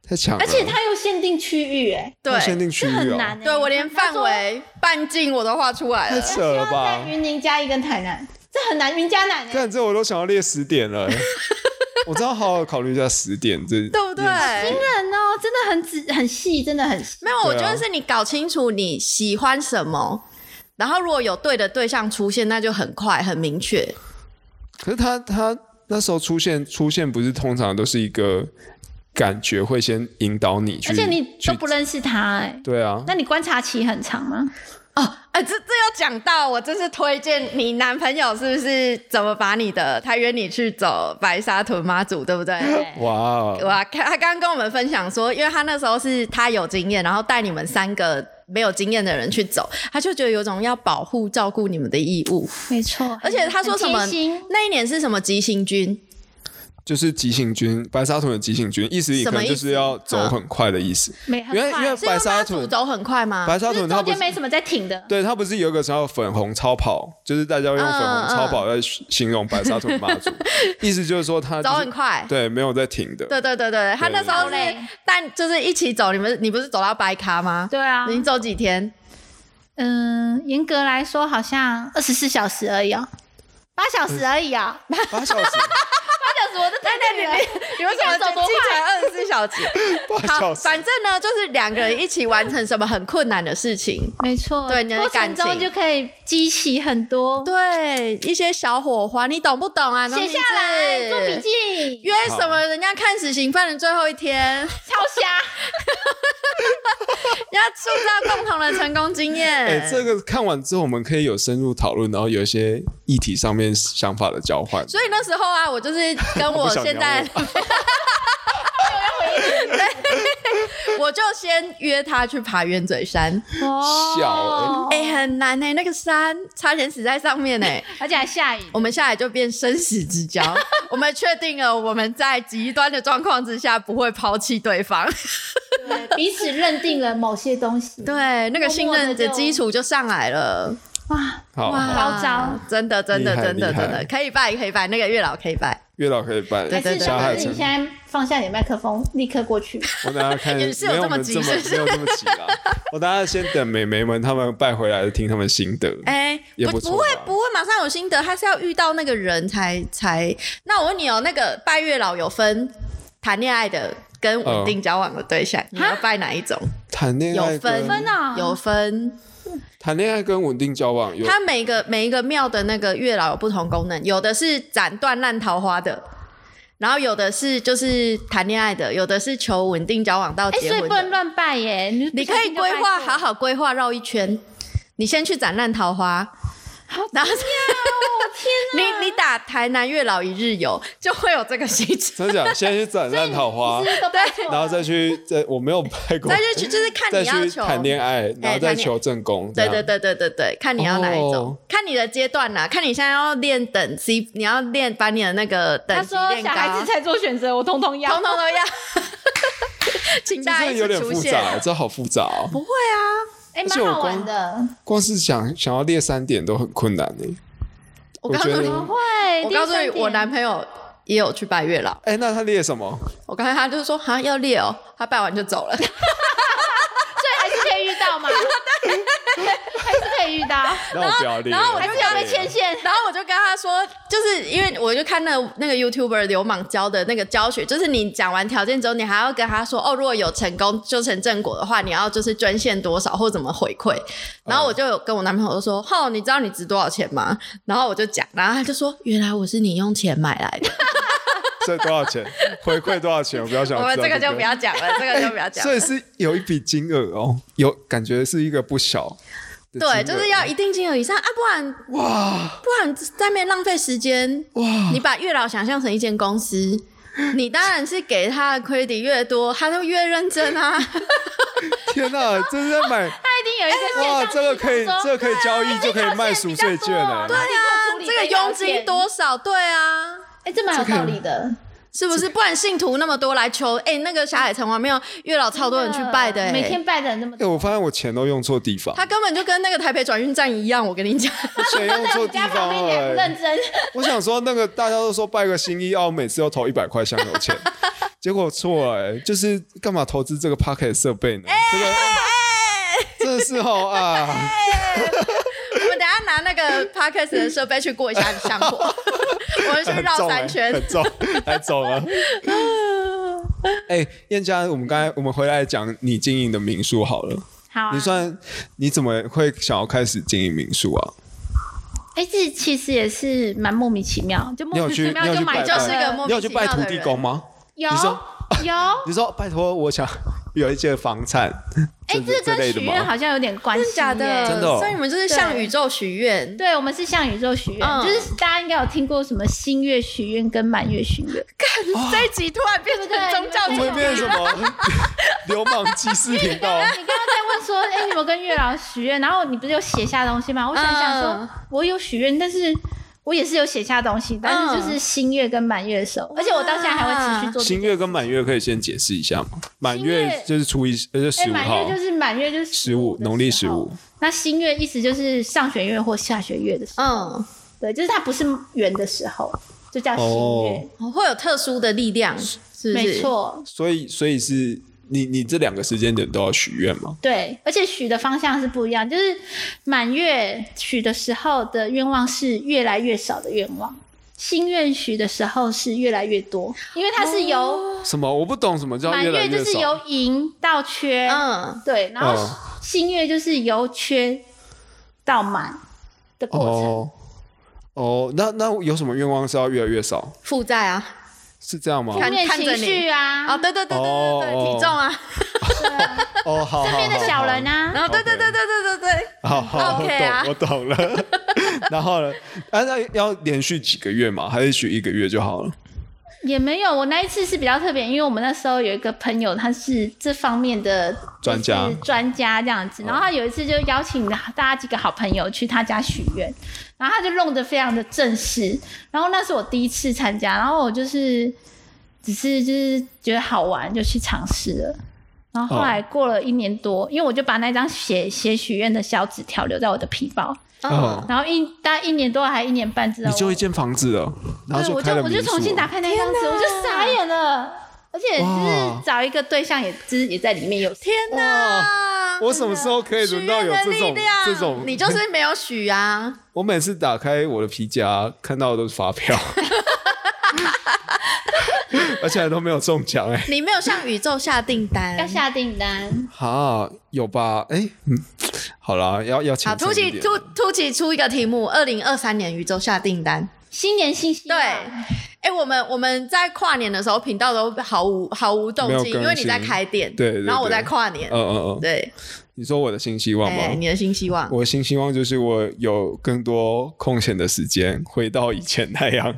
B: 太强了，
C: 而且它有限定区域，哎，
A: 对，
B: 限定区
C: 这
B: 域
C: 很
B: 哦，
C: 难欸。
A: 对我连
C: 他
A: 范
C: 说
A: 围、半径我都画出来了
B: 太。扯了吧
C: 在？云林嘉义跟台南，这很难。云嘉南欸，
B: 看哦这我都想要列十点了， 哎我真的好好考虑一下十点这，
A: 对不对
B: 这件事
C: 真的哦，真的很仔很细，真的很细。
A: 没有，我觉
B: 对啊
A: 得是你搞清楚你喜欢什么，然后如果有对的对象出现，那就很快很明确。
B: 可是他他那时候出现出现，不是通常都是一个感觉会先引导你去，
C: 而且你
B: 去
C: 都不认识他，哎，
B: 对啊，
C: 那你观察期很长吗？
A: 哦，哎，这这又讲到我，这是推荐你男朋友是不是怎么把你的？他约你去走白沙屯妈祖，对不 对？
B: 哇，哦
A: 哇，他他刚刚跟我们分享说，因为他那时候是他有经验，然后带你们三个没有经验的人去走，他就觉得有种要保护照顾你们的义务。
C: 没错，
A: 而且他说什么
C: 很贴心
A: 那一年是什么急行军？
B: 就是急行军，白沙屯的急行军，意思你可能就是要走很快的意思。
C: 没很
B: 因为
C: 快
B: 因为
A: 是因为
B: 白沙
A: 妈祖
B: 屯，
A: 走很快吗？
B: 白沙
C: 就是
B: 屯它
C: 嗯中
B: 不
C: 间
B: 是
C: 没什么在停的，
B: 对它不是有一个叫粉红超跑，就是大家用粉红超跑来形容白沙屯 妈祖，意思就是说它就是
A: 走很快
B: 对，没有在停的。
A: 对对对对，他那时候是
C: 对对对
A: 但就是一起走，你们你不是走到白咖吗？
C: 对啊，
A: 你走几天？
C: 嗯，严格来说好像二十四小时而已哦，八小时而已哦，八
B: 八小时，
C: 小时我都太累了。
A: 你为什么
C: 你走多快
A: 记起来二十四小时？
B: 八
A: 好，
B: 小时，
A: 反正呢，就是两个人一起完成什么很困难的事情，
C: 没错，
A: 对你的
C: 过
A: 感
C: 程
A: 情
C: 中就可以激起很多，
A: 对一些小火花，你懂不懂啊？
C: 写下来做
A: 农民
C: 笔
A: 子。
C: 记，
A: 约什么？人家看死刑犯的最后一天，
C: 超瞎。
A: 要塑造共同的成功经验。
B: 哎、这个看完之后，我们可以有深入讨论，然后有一些议题上面想法的交换。
A: 所以那时候啊，我就是跟我
B: 不想
A: 现在
B: 聊，
A: 对我就先约他去爬鸢嘴山，
C: 哦
B: 小
A: 哎、很难呢、那个山差点死在上面欸呢、
C: 而且还下雨，
A: 我们下来就变生死之 交，我们确定了我们在极端的状况之下不会抛弃对方，
C: 彼此认定了某些东西，
A: 对，那个信任的基础就上来了，
C: 哇，
B: 好，
A: 啊
B: 好
C: 高招，
A: 真的真的
B: 啊厉害
A: 真的
B: 厉害
A: 真的可以拜可以拜，那个月老可以拜，
B: 月老可以办，
A: 对对对
B: 小海
C: 还是
B: 城
C: 你现，在放下你的麦克风，立刻过去。
B: 我等下看，没
A: 也是有
B: 有
A: 这
B: 我
A: 么
B: 们
A: 急
B: 这么
A: 是不是
B: 没有这么急 啦。我等下先等美眉们他们拜回来，听他们心得。
A: 哎、
B: 也
A: 不
B: 不错
A: 会
B: 吧
A: 不会马上有心得，他是要遇到那个人才才。那我问你哦，那个拜月老有分谈恋爱的跟稳定交往的对象，你要拜哪一种？
B: 谈嗯啊恋爱
A: 有分
B: 跟
C: 分啊
A: 有分，
B: 谈恋爱跟稳定交往有
A: 它每个每一个庙的那个月老有不同功能，有的是斩断烂桃花的。然后有的是就是谈恋爱的，有的是求稳定交往到
C: 哎、
A: 结
C: 所以
A: 婚
C: 不能
A: 的。
C: 乱拜耶！你
A: 你可以规划好，好规划绕一圈，你先去斩烂桃花，然后天你你打台南月老一日游，就会有这个行程。
B: 真的假的？先去斩烂 桃花
C: 不小心就拜错了你是不，是都拜错了
B: 然后再去再我没有拜过
A: 再，去就是看
B: 再
A: 你要
B: 去
A: 求哎
B: 谈恋爱，然后再求正宫。
A: 对
B: 这
A: 对
B: 样，
A: 对对对对，看你要哪一种，
B: 哦
A: 看你的阶段啦、看你现在要练等 C，你要练把你的那个等
C: 他
A: 级
C: 说
A: 练
C: 小
A: 高，
C: 孩子才做选择，我通通要。
A: 通通都 要，请
B: 这
A: 大
B: 真
A: 家
B: 的
A: 一
B: 有
A: 起
B: 点
A: 出
B: 复
A: 现。
B: 杂，这好复杂哦。
A: 不会啊，
C: 哎，
B: 而且我
C: 蛮好玩
B: 光
C: 的。
A: 嗯
B: 光是想想要列三点都很困难呢。
A: 我
B: 我
A: 告诉
B: 觉
A: 你，
B: 得
C: 会，
A: 我告诉
C: 第
A: 你，
C: 三
A: 我男朋友也有去拜月老，
B: 哎，那他列什么？
A: 我刚才他就说好像要列哦，他拜 完就走了。
C: 点所以还是可以遇到吗？还是可以遇去的、啊，
B: 那我不要练
A: 然后我
B: 了，
A: 就
C: 还是要被牵线。
A: 然后我就跟他说，就是因为我就看那那个 YouTuber 刘莽教的那个教学，就是你讲完条件之后，你还要跟他说，哦，如果有成功修成正果的话，你要就是捐献多少或怎么回馈。然后我就有跟我男朋友说，吼、你知道你值多少钱吗？然后我就讲，然后他就说，原来我是你用钱买来的。
B: 这多少钱？回馈多少钱？我不要想
A: 我
B: 知道
A: 们
B: 这
A: 这个就不要讲了，这个就不要讲
B: 所
A: 了。
B: 以是有一笔金额哦，有感觉是一个不小的金额。
A: 对，就是要一定金额以上啊，不然
B: 哇
A: 不然在那边浪费时间。
B: 哇，
A: 你把月老想象成一间公司，你当然是给他的 credit 越多，他就越认真啊。
B: 天哪，这是在买
C: 他一定有一个线
B: 哇，
C: 上
B: 这个可以
C: 系统，说
B: 这个可以交易，就可以卖赎罪券了。
C: 对啊
A: 这个佣金，多少？对啊，
C: 哎，这蛮有道理的，
A: 是不是？不然信徒那么多来求，哎、那个霞海城隍庙月老超多人去拜的、哎，
C: 每天拜的人那么
B: 哎，
C: 多，
B: 我发现我钱都用错地方，
A: 他根本就跟那个台北转运站一样，我跟你讲，
B: 我钱用错
C: 你
B: 地
C: 家旁
B: 方
C: 边你还不
B: 了。
C: 认
B: 哎
C: 真，
B: 我想说，那个大家都说拜个新衣，啊，我每次都投一百块香油钱，结果错了哎，就是干嘛投资这个 Pocket 设备呢？这个真的是哦啊。
A: 我们等一下拿那个 podcast 的设备去过一下香火，我们去
B: 很
A: 哎绕
B: 重
A: 三
B: 欸
A: 圈。
B: 很重，太重 了。哎、燕佳，我们刚才我们回来讲你经营的民宿好了。
C: 好啊
B: 你算你怎么会想要开始经营民宿啊？
C: 哎，这其实也是蛮莫名其妙，就
B: 你有
C: 莫名
B: 去
C: 其
B: 你
C: 妙
B: 有
C: 就
B: 去
C: 买
B: 拜
C: 到
A: 就是
C: 了
A: 个莫
B: 你
A: 名
B: 有去
A: 其
B: 拜
A: 妙
B: 土
A: 的
B: 地
A: 人
B: 公吗？
C: 有
B: 你说
C: 有，
B: 你说拜托，我想 有一间房产，
C: 哎，
B: 这
C: 这
B: 这类
C: 跟
B: 的
C: 许
B: 吗
C: 愿？好像有点关
A: 真
C: 系
A: 的假
C: 耶，
A: 的？
B: 真的哦
A: 所以你们就是向宇宙许愿。
C: 对，我们是向宇宙许愿，
A: 嗯
C: 就是大家应该有听过什么新月许愿跟满月许 愿，
A: 这一集突然变成宗教
B: 我
A: 主
C: 对
A: 题
B: 们变成什 么流氓祭祀频道？
C: 你刚刚在问说，哎、你有没有跟月老许愿？然后你不是有写下东西吗？我想想说，
A: 嗯
C: 我有许愿，但是我也是有写下东西，但是
A: 嗯
C: 就是新月跟满月的时候，而且我到现在还会持续做这件
B: 新月跟满月可以先解释一下吗？满
C: 新
B: 月
C: 月
B: 就是初一，呃，就
C: 哎，
B: 十五
C: 满
B: 号
C: 月，就是满月就是
B: 十五
C: 15的
B: 农历
C: 时
B: 十
C: 候
B: 五。。
C: 那新月意思就是上弦月或下弦月的时候，
A: 嗯，
C: 对，就是它不是圆的时候，就叫新
B: 哦
C: 月。
A: 哦会有特殊的力量，是不是？
C: 没，错，
B: 所以，所以是你你这两个时间点都要许愿吗？
C: 对，而且许的方向是不一样，就是满月许的时候的愿望是越来越少的愿望，新愿许的时候是越来越多，因为它是
A: 哦
C: 由
B: 什么？我不懂什么叫
C: 满
B: 越来
C: 月
B: 越
C: 就是
B: 少。
C: 由盈到缺，
A: 嗯，
C: 对，然后
B: 嗯
C: 新月就是由缺到满的过程。
B: 哦哦，那那有什么愿望是要越来越少？
A: 负债啊，
B: 是这样吗？
A: 看
C: 负面
A: 看着
C: 情
A: 你
C: 绪啊，
A: 啊，对对对对对对，
B: 哦
A: 体重啊，
B: 哦，好，
C: 身边的小人，啊，
A: 然后对对对对对对对，
B: 好好，我
A: OK 啊
B: 懂，我懂了。 然后呢？啊，那要连续几个月嘛？还是许一个月就好了？
C: 也没有。我那一次是比较特别，因为我们那时候有一个朋友，他是这方面的
B: 专家哦
C: 就是专家这样子。然后他有一次就邀请大家几个好朋友去他家许愿，然后他就弄得非常的正式。然后那是我第一次参加，然后我就是只是就是觉得好玩，就去尝试了。然
B: 哦
C: 后后来过了一年多，因为我就把那张写写许愿的小纸条留在我的皮包，
A: 哦，
C: 然后一大概一年多还一年半之后，
B: 你就一间房子了，然后
C: 对，我
B: 开了
C: 我
B: 民
C: 就
B: 宿
C: 重新
B: 了
C: 打开那一张纸，我就傻眼了。而且就
B: 哇
C: 是找一个对象也，就是也在里面有。
A: 天哪！
B: 我什么时候可以轮到有这
A: 许愿的力
B: 种
A: 量
B: 这种？
A: 你就是没有许啊，
B: 我每次打开我的皮夹，看到的都是发票， 而且还都没有中奖哎、
A: 你没有向宇宙下订单
C: 要。下订单，
B: 哈，有吧？哎、嗯，好啦，要要
A: 好，
B: 请
A: 突
B: 一
A: 起
B: 点。
A: 突突起出一个题目：二零二三年宇宙下订单。
C: 新年新希
A: 对，
C: 望。
A: 哎、我们我们在跨年的时候，频道都毫无毫无动
B: 没有
A: 静，
B: 更
A: 因为你在
B: 新
A: 开店，
B: 对对
A: 然后我
B: 对
A: 在跨年，
B: 嗯嗯嗯，
A: 对，
B: 你说我的新希望吗？
A: 哎、你的新希望，
B: 我的新希望就是我有更多空闲的时间，回到以前那 样。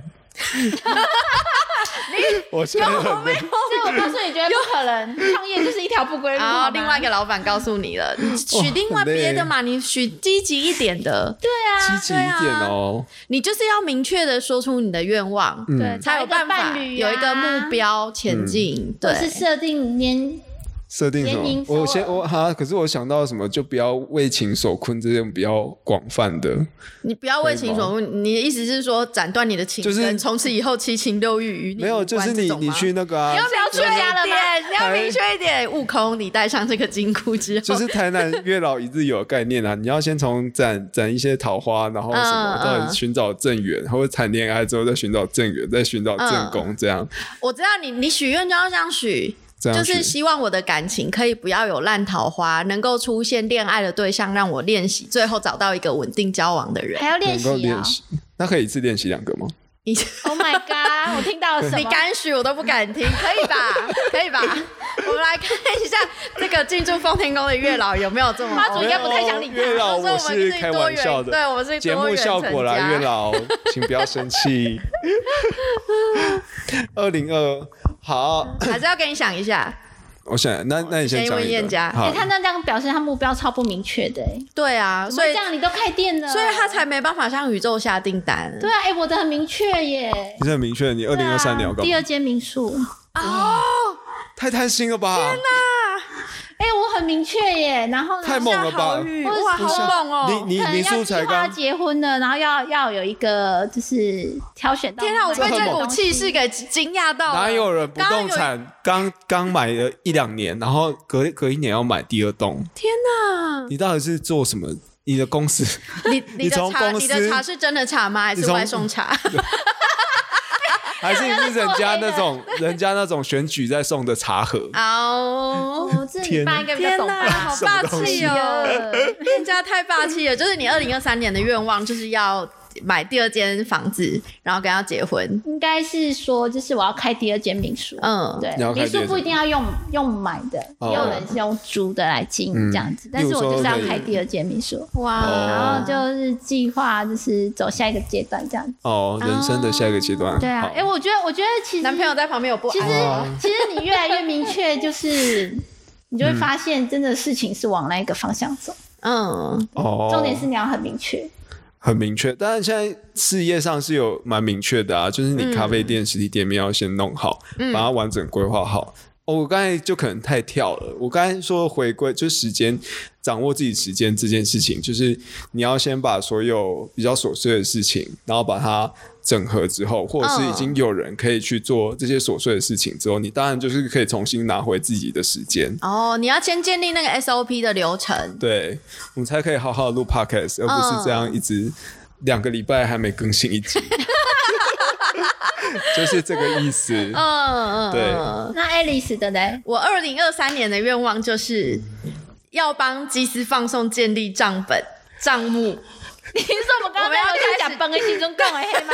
B: 我现在很累，
C: 所以我告诉你，觉得不可能，创业就是一条不归路。
A: 然
C: 好
A: 后
C: 吗
A: 另外一个老板告诉你 了，你许另外别的嘛，你许积极一点的，
C: 对啊，
B: 积极一点哦。
A: 你就是要明确的说出你的愿望，
B: 嗯
C: 对，啊
A: 才有办法
C: 找一个伴侣啊
A: 有一个目标前进。
C: 或是
A: 对，
C: 设定年
B: 设定什
C: 联
B: 么
C: 名？
B: 我
C: 首
B: 先
C: 尔
B: 我哈，可是我想到什么，就不要为情所困这种比较广泛的，
A: 你不要为情所困，你的意思是说斩断你的情
B: 就是
A: 根，从此以后七情六欲与你
B: 没有，就是
A: 无关这
B: 你
A: 种
B: 你
A: 吗
B: 去那个啊
A: 你要，
C: 不要
A: 明确
C: 出家了
A: 一
C: 吗
A: 点，你要明确一点。悟空，你戴上这个金箍之后，
B: 就是台南月老一日游的概念啊，你要先从攒攒一些桃花，然后什么
A: 嗯，嗯
B: 到底寻找正缘，或者谈恋爱之后再寻找正缘，再寻找正
A: 嗯
B: 宫，这样
A: 我知道你，你许愿就要这样许。
B: 这样
A: 就
B: 去
A: 是希望我的感情可以不要有烂桃花，能够出现恋爱的对象，让我练习，最后找到一个稳定交往的人
C: 还。要练
B: 能
C: 习
B: 够
C: 啊
B: 练习。那可以一次练习两个吗？
A: 你
C: ！Oh my god！我听到了什么？
A: 你敢许，我都不敢听，可 以吧？可以吧？我们来看一下这个进驻奉天宫的月老有没有这么哦
C: 妈祖
A: 欧
C: 应该不太想理他
B: 没有月老，
A: 所以
B: 我
A: 我们
B: 是
A: 是
B: 开
A: 多
B: 玩
A: 元
B: 笑的，
A: 对我们是
B: 节
A: 多
B: 目
A: 元
B: 效
A: 成
B: 果啦，
A: 家
B: 月 老，请不要生气。二零二，好，
A: 还是要跟你想一下。
B: 我想，那那你
A: 先
B: 讲
A: 问
B: 一
A: 燕
B: 个，
A: 家
B: 好
C: 哎，，他那这样表示他目标超不明确的哎，
A: 对啊，所
C: 所以
A: 以
C: 这样你都开店了，
A: 所以他才没办法向宇宙下订单。
C: 对啊，哎，我的很明确耶。
B: 你很明确，你二
C: 对
B: 零
C: 啊
B: 二三你要干
C: 第二
B: 嘛？
C: 间民宿，
B: 太贪心了吧！
C: 哎，我很明确耶。然后呢
B: 太猛了吧
A: 啊好雨
C: 我
A: 哇，
C: 不是
A: 好猛哦！
B: 啊你你
C: 可能
B: 民
C: 要
B: 宿
C: 计
B: 才
C: 划
B: 刚，
C: 结婚了，然后要要有一个就是挑选到。
A: 天哪，我被
B: 这
A: 这
B: 很
A: 股
B: 猛
A: 气势给惊讶到了。
B: 哪有人不
A: 刚刚有
B: 动产刚刚买了一两年，然后隔隔一年要买第二栋？
A: 天哪！
B: 你到底是做什么？你的公 司？
A: 你
B: 你
A: 你的
B: 从
A: 茶，
B: 公
A: 你的
B: 司
A: 茶是真的茶吗？还
B: 你
A: 是
B: 从
A: 外送 茶？
B: 还是你是人家那 种
C: 哎
B: 人家那种选举在送的茶盒？
A: 哦，
C: 哦，这你爸应该比较
A: 天
C: 懂
A: 哪，
C: 吧？
A: 好霸气哦！
C: 呃
A: 店家太霸气了，就是你二零二三年的愿望就是要买第二间房子，然后跟他结婚。
C: 应该是说，就是我要开第二间民宿。
A: 嗯，
C: 对
B: 你要，开
C: 民宿
B: 店
C: 不一定要用用买的，
B: 哦
C: 也有人是用租的来经营这样
B: 嗯
C: 子。但是我就是要开第二间民宿，
A: 哇
B: 哦，
C: 然后就是计划就是走下一个阶段这样子。
B: 哦，人生的下一个阶段。
C: 对啊
B: 好，
C: 哎，我觉得，我觉得其实
A: 嗯男朋友在旁边有不
C: 其实
A: 安。
B: 哦
C: 其实你越来越明确，就是 你就会发现，真的事情是往那一个方向走。
A: 嗯，
B: 哦，
C: 重点是你要很明确，
B: 很明确，但是现在事业上是有蛮明确的啊，就是你咖啡店、实体店面要先弄好，
C: 嗯
B: 把它完整规划好。哦，我刚才就可能太跳了，我刚才说回归就时间，掌握自己时间这件事情，就是你要先把所有比较琐碎的事情，然后把它整合之后，或者是已经
C: 嗯
B: 有人可以去做这些琐碎的事情之后，你当然就是可以重新拿回自己的时间。
A: 哦，你要先建立那个 SOP 的流程。
B: 对，我们才可以好好地录 podcast，而不是这样一直两个礼拜还没更新一集， 就是这个意思。
A: 嗯嗯，
B: 对
A: 嗯
C: 那 Alice 的嘞？
A: 我二零二三年的愿望就是要帮基斯放送建立账本账目。
C: 你是说我们刚
A: 我
C: 刚
A: 们要
C: 在
A: 开始
C: 讲崩的心中共哎黑吗？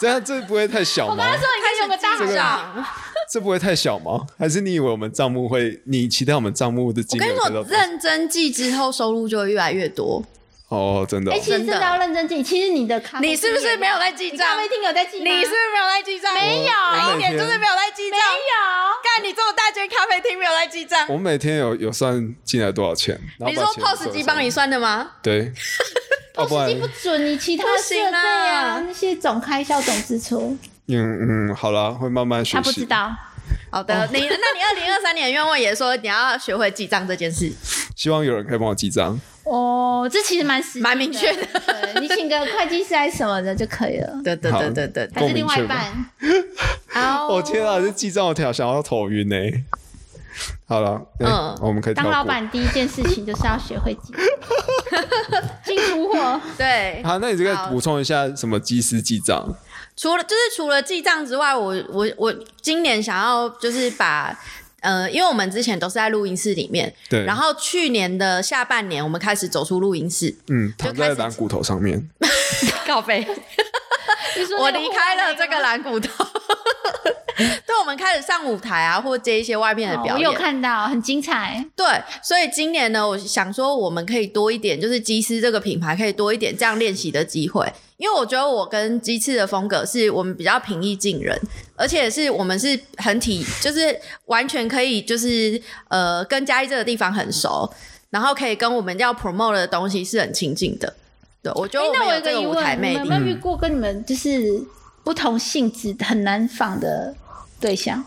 B: 这样这不会太小
C: 我
B: 吗
C: 刚？刚说你有个大
A: 记
C: 小，
A: 账。
B: 这不会太小吗？还是你以为我们账目会？你期待我们账目的
A: 我
B: 金额
A: 跟你说
B: 会到，多少
A: 认真记之后，收入就会越来越多。
B: 哦，真的哦、
C: 哎，其实真的要认真记。其实你的咖啡厅
A: 你啊是不是没有在记
C: 你
A: 账
C: 咖啡厅有在记吗？
A: 你是不是没有在记账？
C: 没有
A: 哪
B: 我
A: 一
B: 每
A: 点
B: 天
A: 就是没有在记
C: 没
A: 账。
C: 有？
A: 干，你这么大间咖啡厅没有在记账？
B: 我每天有有算进来多少钱？然后
A: 你说
B: 把钱
A: POS
B: 做
A: 机
B: 成
A: 帮你算的吗？
B: 对，要不
C: 时
B: 然
C: 机不准，你其他
A: 不
C: 设
A: 行
C: 备
A: 啦
C: 啊，那些总开销、总支出，
B: 嗯嗯，好啦，会慢慢学习。
C: 他不知道。
A: 好
B: 哦
A: 的，你那你二零二三年的愿望也说你要学会记账这件事，
B: 希望有人可以帮我记账。
C: 哦，这其实蛮实际的
A: 蛮明确的。
C: 对你请个会计师还是什么的就可以了，
A: 对对对对对对。
C: 还是另外一半。
A: 好
B: 我、天啊，这记账我条想要头晕呢、好了，嗯、
A: 嗯
B: 我们可以跳
C: 当
B: 过
C: 老板第一件事情就是要学会 记，进出货。
A: 对，
B: 好，那你这个
A: 好
B: 补充一下什么机师记账？
A: 除了就是除了记账之外，我我我今年想要就是把。呃，因为我们之前都是在录音室里面，
B: 对，
A: 然后去年的下半年，我们开始走出录音室，
B: 嗯，
A: 就
B: 躺
A: 开
B: 在
A: 始
B: 软骨头上面，
A: 告飞，
C: 你说那个
A: 我离开了这个蓝骨头。 对，我们开始上舞台啊，或接一些外面的
C: 哦
A: 表
C: 我
A: 演。
C: 有看到，很精彩。
A: 对，所以今年呢，我想说我们可以多一点，就是鸡翅这个品牌可以多一点这样练习的机会，因为我觉得我跟鸡翅的风格是我们比较平易近人，而且是我们是很体，就是完全可以就是呃跟嘉义这个地方很熟，然后可以跟我们要 promote 的东西是很亲近的。对，我觉
C: 哎
A: 得，我
C: 那
A: 们
C: 我
A: 有
C: 有
A: 这
C: 个
A: 个
C: 疑
A: 舞
C: 问，
A: 台
C: 你
A: 魅
C: 们
A: 力嗯
C: 有。没有遇过跟你们就是不同性质很难仿的对象？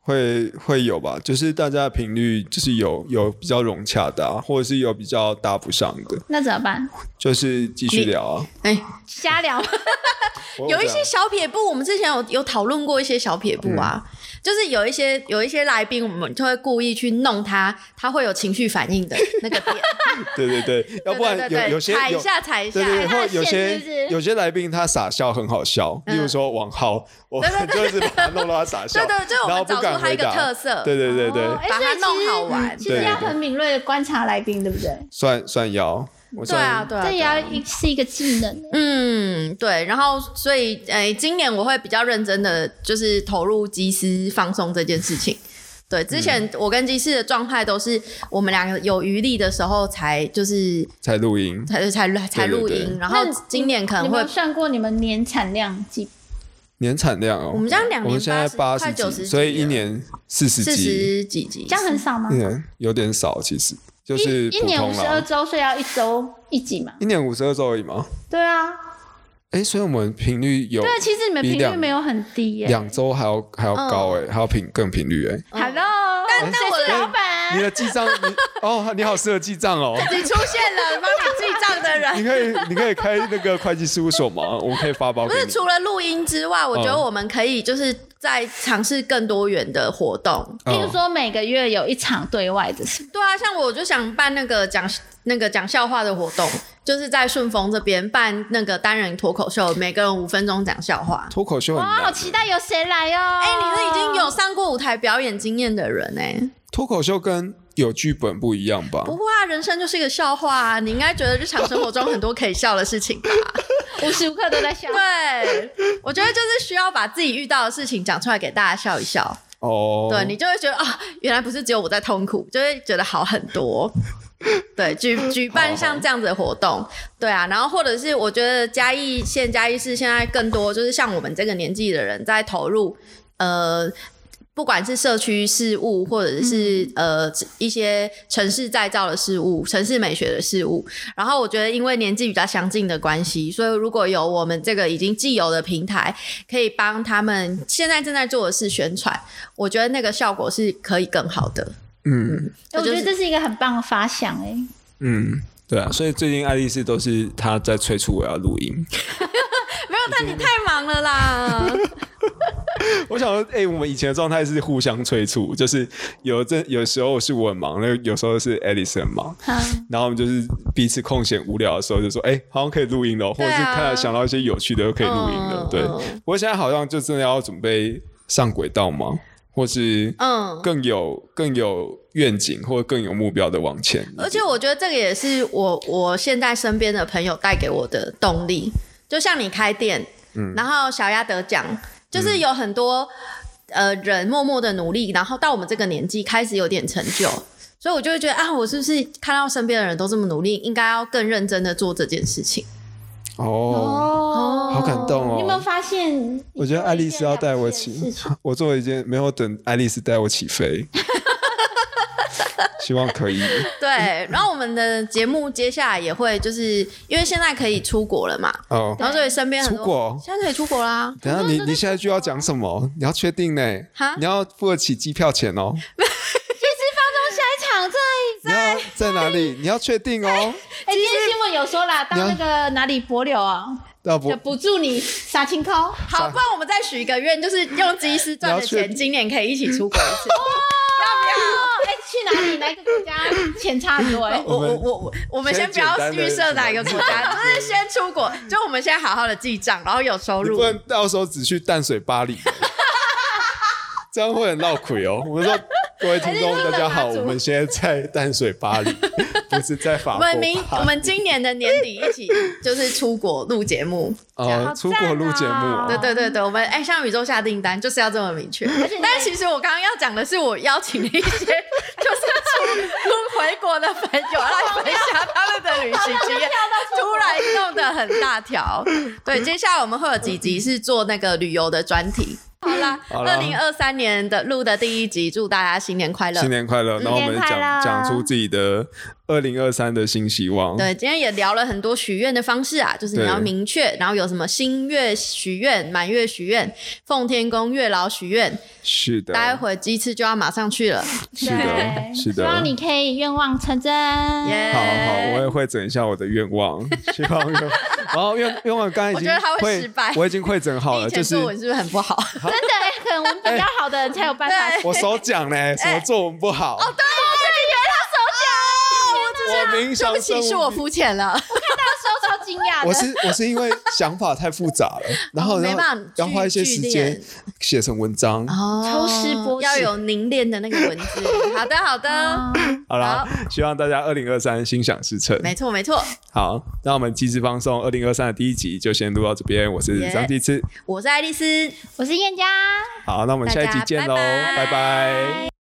B: 会会有吧，就是大家的频率就是有有比较融洽的、啊，或者是有比较搭不上的，
C: 那怎么办？
B: 就是继续聊啊。
A: 哎、
C: 瞎 聊，
B: 我
A: 有一
B: 这样
A: 些小撇步，我们之前有有讨论过一些小撇步啊，
B: 嗯
A: 就是有一些有一些来宾，我们就会故意去弄他，他会有情绪反 应的那个点，
B: 对 对对，要不然有
A: 对对对
B: 有些
A: 踩一
B: 有
A: 下踩一下啊
B: 对，对，
C: 他
B: 或
C: 的
B: 有
C: 线
B: 些
C: 是不是
B: 有些来宾他傻笑很好笑，例如说王浩，我
A: 嗯对对
B: 们 就是把他弄到他傻笑，
A: 对对对我们
B: 然后不敢
A: 找出他一
B: 回
A: 个
B: 答。
A: 特色
B: 对对对对，
C: 哦哎
A: 把它弄好玩
C: 所以其实其
B: 对
C: 实要很敏锐的观察来宾，对不对？
B: 算算摇，我
A: 对
B: 算
A: 啊对啊，
C: 这
A: 对
C: 也
A: 啊
C: 要一是一个技能。
A: 嗯，对，然后所以，诶、今年我会比较认真的，就是投入机师放松这件事情。对，之
B: 嗯
A: 前我跟机师的状态都是我们两个有余力的时候才就是
B: 才录音，
A: 才才才录音，
B: 对对对
A: 然后
C: 那
A: 今年可
C: 你
A: 能
C: 们
A: 会
C: 有算过你们年产量几？
B: 年产量哦，
A: 我们这样两年
B: 我们现在八
A: 80快
B: 十
A: 90集
B: 几，所以一
A: 了
B: 年四十
A: 四
B: 集，
A: 十几集，
C: 这样很少吗
A: 嗯
B: 一？年有点少，其实就是
C: 一一
B: 普
C: 年五
B: 通
C: 十二
B: 啦。
C: 周，所以要一周一集嘛。
B: 一年五十二周而已嘛，
C: 对啊，
B: 哎，所以我们频率有
C: 对，啊其实你们
B: 比
C: 频率
B: 两
C: 没有很低耶。
B: 两周还要还要高哎，还要频更频率哎。
C: Hello，但
A: 哦但我的
C: 老
B: 你
C: 板，
B: 的记账，你哦，你好适合记账哦。
A: 你出现了帮你记账的
B: 你
A: 人。
B: 可以，你可以开那个会计事务所吗？我们可以发包
A: 不
B: 给
A: 是
B: 你。
A: 除了录音之外，我觉得
B: 嗯
A: 我们可以就是在尝试更多元的活动。
C: 例如
B: 嗯
C: 说每个月有一场对外的事，
A: 对啊，像我就想办那个讲那个讲笑话的活动，就是在顺丰这边办那个单人脱口秀，每个人五分钟讲笑话。
B: 脱口秀很
C: 哦哇，好
B: 难，
C: 期待有谁来哦！
A: 哎、你是已经有上过舞台表演经验的人哎、
B: 脱口秀跟有剧本不一样吧？
A: 不会啊，人生就是一个笑话啊，你应该觉得日常生活中很多可以笑的事情吧？
C: 无时无刻都在笑。
A: 对，我觉得就是需要把自己遇到的事情讲出来给大家笑一笑，
B: 哦，
A: 对你就会觉得啊、原来不是只有我在痛苦，就会觉得好很多。对，举举办像这样子的活动，对啊，然后或者是我觉得嘉义县嘉义市现在更多就是像我们这个年纪的人在投入，呃。不管是社区事务，或者是、呃一些城市再造的事物、城市美学的事物，然后我觉得因为年纪比较相近的关系，所以如果有我们这个已经既有的平台，可以帮他们现在正在做的是宣传，我觉得那个效果是可以更好的。
B: 嗯
C: 哎我觉
A: 就
C: 得
A: 是
C: 这是一个很棒的发想哎。
B: 嗯，对啊，所以最近爱丽丝都是她在催促我要录音。
A: 没有，但你太忙了啦。
B: 我想说，哎、我们以前的状态是互相催促，就是有这有时候是我很忙，那有时候是爱丽丝很忙，
C: 嗯
B: 然后我们就是彼此空闲无聊的时候就说，哎、好像可以录音了，或者是
A: 对啊
B: 看到想到一些有趣的就可以录音了
A: 嗯。
B: 对
A: 嗯，
B: 我现在好像就真的要准备上轨道吗？或是
A: 嗯
B: 更有更有愿景或更有目标的往前。
A: 而且我觉得这个也是我我现在身边的朋友带给我的动力，就像你开店，
B: 嗯
A: 然后小鸭得奖，就是有很多、呃人默默的努力，然后到我们这个年纪开始有点成就，所以我就会觉得啊，我是不是看到身边的人都这么努力，应该要更认真的做这件事情？ 呃
B: 哦，
C: 哦
B: 好感动哦
C: 你有没有发现？
B: 我觉得爱丽丝要带我起
C: 事情，
B: 我做了一件没有等爱丽丝带我 起飞，希望可以。
A: 对，然后我们的节目接下来也会就是因为现在可以出国了嘛，
B: 哦，
A: 然后所以身边很多
B: 出国
A: 现在可以出国啦。
B: 等一下你你现在就要讲什么？你要确定呢
A: 哈？
B: 你要付得起机票钱哦。
C: 下一场在
B: 你要在哪里？你要确定哦。
C: 哎，今天新闻有说啦，到那个哪里柏柳啊，
B: 要不
C: 就补助你杀青扣。
A: 好，不然我们再许一个愿，就是用机师赚的
B: 你要
A: 钱，
B: 去
A: 今年可以一起出国一 次。
C: 哦，哎，去哪里？哪一个国家钱差很多？哎，
A: 我我
B: 我们
A: 我我，我们先
B: 先
A: 不要
B: 简单地
A: 预设哪一个国家， 就是先出国，就我们先好好的记账，然后有收
B: 你
A: 入
B: 不。能到时候只去淡水 巴黎，这样会很闹鬼哦。我们说各位听众大家好，我们现在在淡水巴黎，不是在法
A: 我
B: 国巴
A: 们
B: 黎。
A: 明我们今年的年底一起就是出国录节 目，
B: 呃出国录节目哦，
C: 好
A: 啊对对对对，我们哎向宇宙下订单就是要这么明确
C: 且你。
A: 但其实我刚刚要讲的是，我邀请了一些就是出 出回国的朋友来分享他们的旅行经验，突然 弄得很大条。对，接下来我们会有几集是做那个旅游的专题。好啦，
B: 好
A: 二
B: 啦
A: 零二三年的录的第一集，祝大家新年快乐
B: 新。年快乐！然后我们
C: 新年快乐
B: 讲讲出自己的二零二三的新希望。
A: 对，今天也聊了很多许愿的方式啊，就是你
B: 对
A: 要明确，然后有什么新月许愿、满月许愿、奉天宫月老许愿，
B: 是的，
A: 待会鸡翅就要马上去了。
B: 是的，
C: 对
B: 是
C: 希
B: 的。
C: 望你可以愿望成真。
A: 耶、
B: 好好，我也会整一下我的 愿望，希望哦愿。然后愿愿望刚才已
A: 我
B: 经
A: 觉得他会
B: 会
A: 失败
B: 我已经会整好
A: 你
B: 了，
A: 以
B: 就
A: 前
B: 是
A: 作文是不是很不 好？哎
C: 真的欸，可能我们比较好的人才有办法。
A: 对
B: 我手 讲
A: 哎
B: 嘞，什么作文不好，我冥
A: 哦对
B: 想
A: 不起，
B: 生
A: 是
B: 物
A: 我
B: 力
A: 肤浅了。
C: 那时候超惊讶的，
B: 我是我是因为想法太复杂了，然 后
A: 哦没
B: 要
A: 办法
B: 要花一些
A: 聚
B: 时
A: 聚
B: 间
A: 练
B: 写成文章。
A: 哦
C: 抽丝剥蚧
A: 要有凝练的那个文字。 好的，好的，
C: 嗯
B: 好啦，希望大家二零二三心想事成。
A: 没错，没错。
B: 好，那我们机智放送二零二三的第一集就先录到这边，我是
A: 耶
B: 张继之。
A: 我是爱丽丝，
C: 我是燕佳。
B: 好，那我们下一集
A: 大家
B: 见喽，
A: 拜拜
B: 拜拜